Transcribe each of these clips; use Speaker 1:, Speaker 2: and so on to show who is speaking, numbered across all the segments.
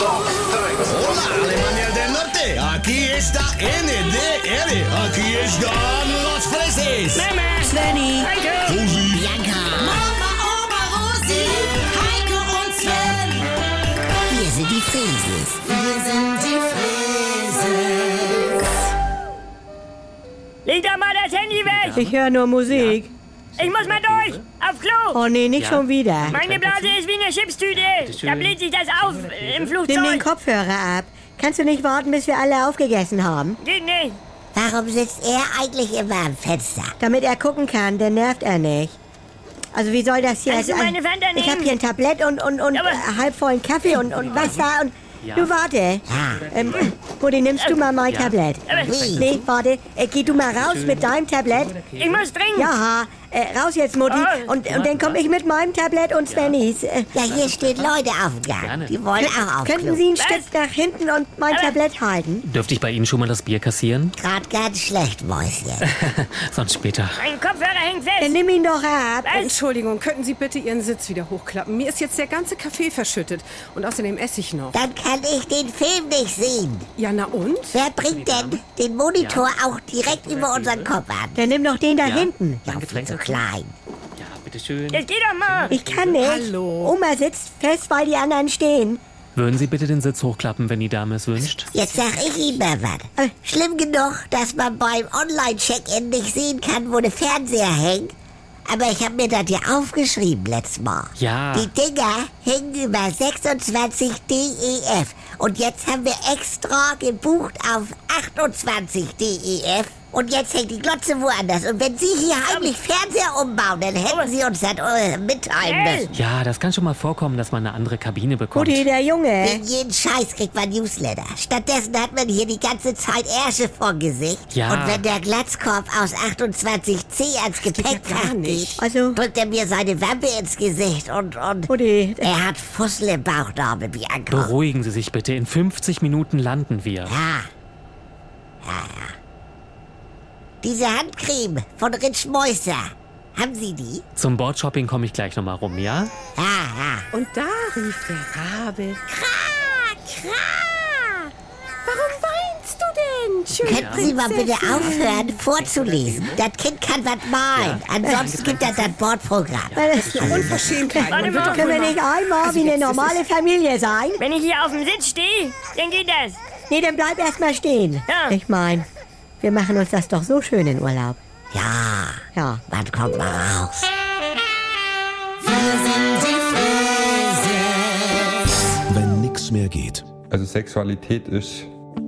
Speaker 1: Hola, Alemania del Norte. Aquí está NDR. Aquí están los freses.
Speaker 2: Mama,
Speaker 3: Benny,
Speaker 2: Heike,
Speaker 3: Bianca,
Speaker 4: Mama, Oma, Rosi, Heike und Sven.
Speaker 3: wir sind die Frieses.
Speaker 4: Wir sind die Frises.
Speaker 2: leg doch mal das Handy weg.
Speaker 5: Ich höre nur Musik.
Speaker 2: Ich muss mal durch. Auf Klo.
Speaker 5: Oh nee, nicht
Speaker 6: Ja.
Speaker 5: schon wieder.
Speaker 2: Meine Blase ist wie eine Chipstüte. Da bläht sich das auf äh, im
Speaker 5: Nimm den
Speaker 2: Flugzeug.
Speaker 5: Kopfhörer ab. Kannst du nicht warten, bis wir alle aufgegessen haben?
Speaker 2: Geht nicht.
Speaker 3: Warum sitzt er eigentlich immer am Fenster?
Speaker 5: Damit er gucken kann, dann nervt er nicht. Also wie soll das hier...
Speaker 2: Kannst du
Speaker 5: also,
Speaker 2: meine Fanta
Speaker 5: ich habe
Speaker 2: nehmen?
Speaker 5: hier ein Tablett und, und, und
Speaker 2: Aber-
Speaker 5: äh, halb vollen Kaffee und, und Wasser und...
Speaker 6: Ja.
Speaker 5: Du warte. Ähm, Mutti, nimmst du mal mein
Speaker 6: Ja.
Speaker 5: Tablett?
Speaker 2: Aber-
Speaker 3: Wie?
Speaker 5: Nee, warte. Äh, geh du mal raus mit deinem Tablett.
Speaker 2: Ich muss dringend.
Speaker 5: Ja, äh, raus jetzt, Mutti.
Speaker 2: Ah.
Speaker 5: Und, und dann komm ich mit meinem Tablett und Svennys. Äh,
Speaker 3: Ja, hier stehen Leute auf dem Gang.
Speaker 6: Gerne.
Speaker 3: Die wollen auch auf
Speaker 5: könnten
Speaker 3: Klo.
Speaker 5: Sie ein
Speaker 2: Was?
Speaker 5: Stück nach hinten und mein
Speaker 7: Äh.
Speaker 2: Aber-
Speaker 5: Tablett halten?
Speaker 6: Dürfte ich bei Ihnen schon mal das Bier kassieren?
Speaker 3: Gerade ganz schlecht, Mäuschen.
Speaker 6: Sonst später.
Speaker 2: Mein Kopfhörer hängt
Speaker 5: Dann
Speaker 2: fest.
Speaker 5: nimm ihn doch ab.
Speaker 7: Entschuldigung, könnten Sie bitte Ihren Sitz wieder hochklappen? Mir ist jetzt der ganze Kaffee verschüttet. Und außerdem esse ich noch.
Speaker 3: Dann kann ich den Film nicht sehen.
Speaker 7: Ja, na und?
Speaker 3: Wer bringt denn den Monitor auch direkt über unseren Kopf an?
Speaker 5: Dann nimm doch den da
Speaker 6: Ja.
Speaker 5: hinten.
Speaker 3: Ja, viel zu klein.
Speaker 6: Ja, bitteschön.
Speaker 2: Jetzt geh doch mal.
Speaker 5: Ich kann nicht.
Speaker 7: Hallo.
Speaker 5: Oma sitzt fest, weil die anderen stehen.
Speaker 6: Würden Sie bitte den Sitz hochklappen, wenn die Dame es wünscht?
Speaker 3: Jetzt sag ich Ihnen mal was.
Speaker 5: Äh.
Speaker 3: Schlimm genug, dass man beim Online-Check-In nicht sehen kann, wo der Fernseher hängt. Aber ich habe mir das ja aufgeschrieben letztes Mal.
Speaker 6: Ja.
Speaker 3: Die Dinger hängen über 26 DEF. Und jetzt haben wir extra gebucht auf 28 DEF. Und jetzt hängt die Glotze woanders. Und wenn Sie hier heimlich Fernseher umbauen, dann hätten Sie uns das äh, mitteilen
Speaker 2: Hey.
Speaker 3: müssen.
Speaker 6: Ja, das kann schon mal vorkommen, dass man eine andere Kabine bekommt.
Speaker 5: Mutti, der Junge.
Speaker 3: Wegen jeden Scheiß kriegt man Newsletter. Stattdessen hat man hier die ganze Zeit Ärsche vor Gesicht.
Speaker 6: Ja.
Speaker 3: Und wenn der Glatzkorb aus 28C ans Gepäckfach
Speaker 7: gar nicht.
Speaker 3: geht,
Speaker 5: Also-
Speaker 3: drückt er mir seine Wampe ins Gesicht und, und
Speaker 5: Mutti.
Speaker 3: er hat Fussel im Bauchnabel, Bianca.
Speaker 6: Beruhigen Sie sich bitte, in 50 Minuten landen wir.
Speaker 3: Ja. Ja, ja. Diese Handcreme von Rich Moiser. Haben Sie die?
Speaker 6: Zum Boardshopping komme ich gleich nochmal rum, ja?
Speaker 3: Ja, ja.
Speaker 7: Und da rief der Rabe. Warum weinst du denn? Schön.
Speaker 3: Könnten Sie mal bitte aufhören vorzulesen? Das Kind kann was malen. Ansonsten gibt er das Bordprogramm.
Speaker 7: Unverschämtheit.
Speaker 2: Warte
Speaker 7: Man
Speaker 2: mal.
Speaker 7: wird doch
Speaker 5: Können wir
Speaker 7: wohl
Speaker 5: nicht
Speaker 3: Also
Speaker 5: einmal wie eine
Speaker 7: jetzt ist
Speaker 5: normale Familie sein?
Speaker 2: Wenn ich hier auf dem Sitz stehe, dann geht das.
Speaker 5: Nee, dann bleib erst mal stehen.
Speaker 2: Ja.
Speaker 5: Ich mein, wir machen uns das doch so schön in Urlaub.
Speaker 3: Ja,
Speaker 5: Ja.
Speaker 3: wann kommt man raus?
Speaker 4: Wir sind die Frises.
Speaker 8: Wenn nichts mehr geht.
Speaker 9: Also Sexualität ist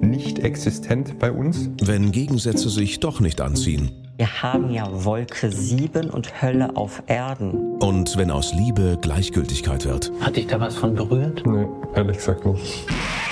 Speaker 9: nicht existent bei uns.
Speaker 8: Wenn Gegensätze sich doch nicht anziehen.
Speaker 10: Wir haben ja Wolke 7 und Hölle auf Erden.
Speaker 8: Und wenn aus Liebe Gleichgültigkeit wird.
Speaker 10: Hat dich da was von berührt?
Speaker 9: Nee, ehrlich gesagt nicht.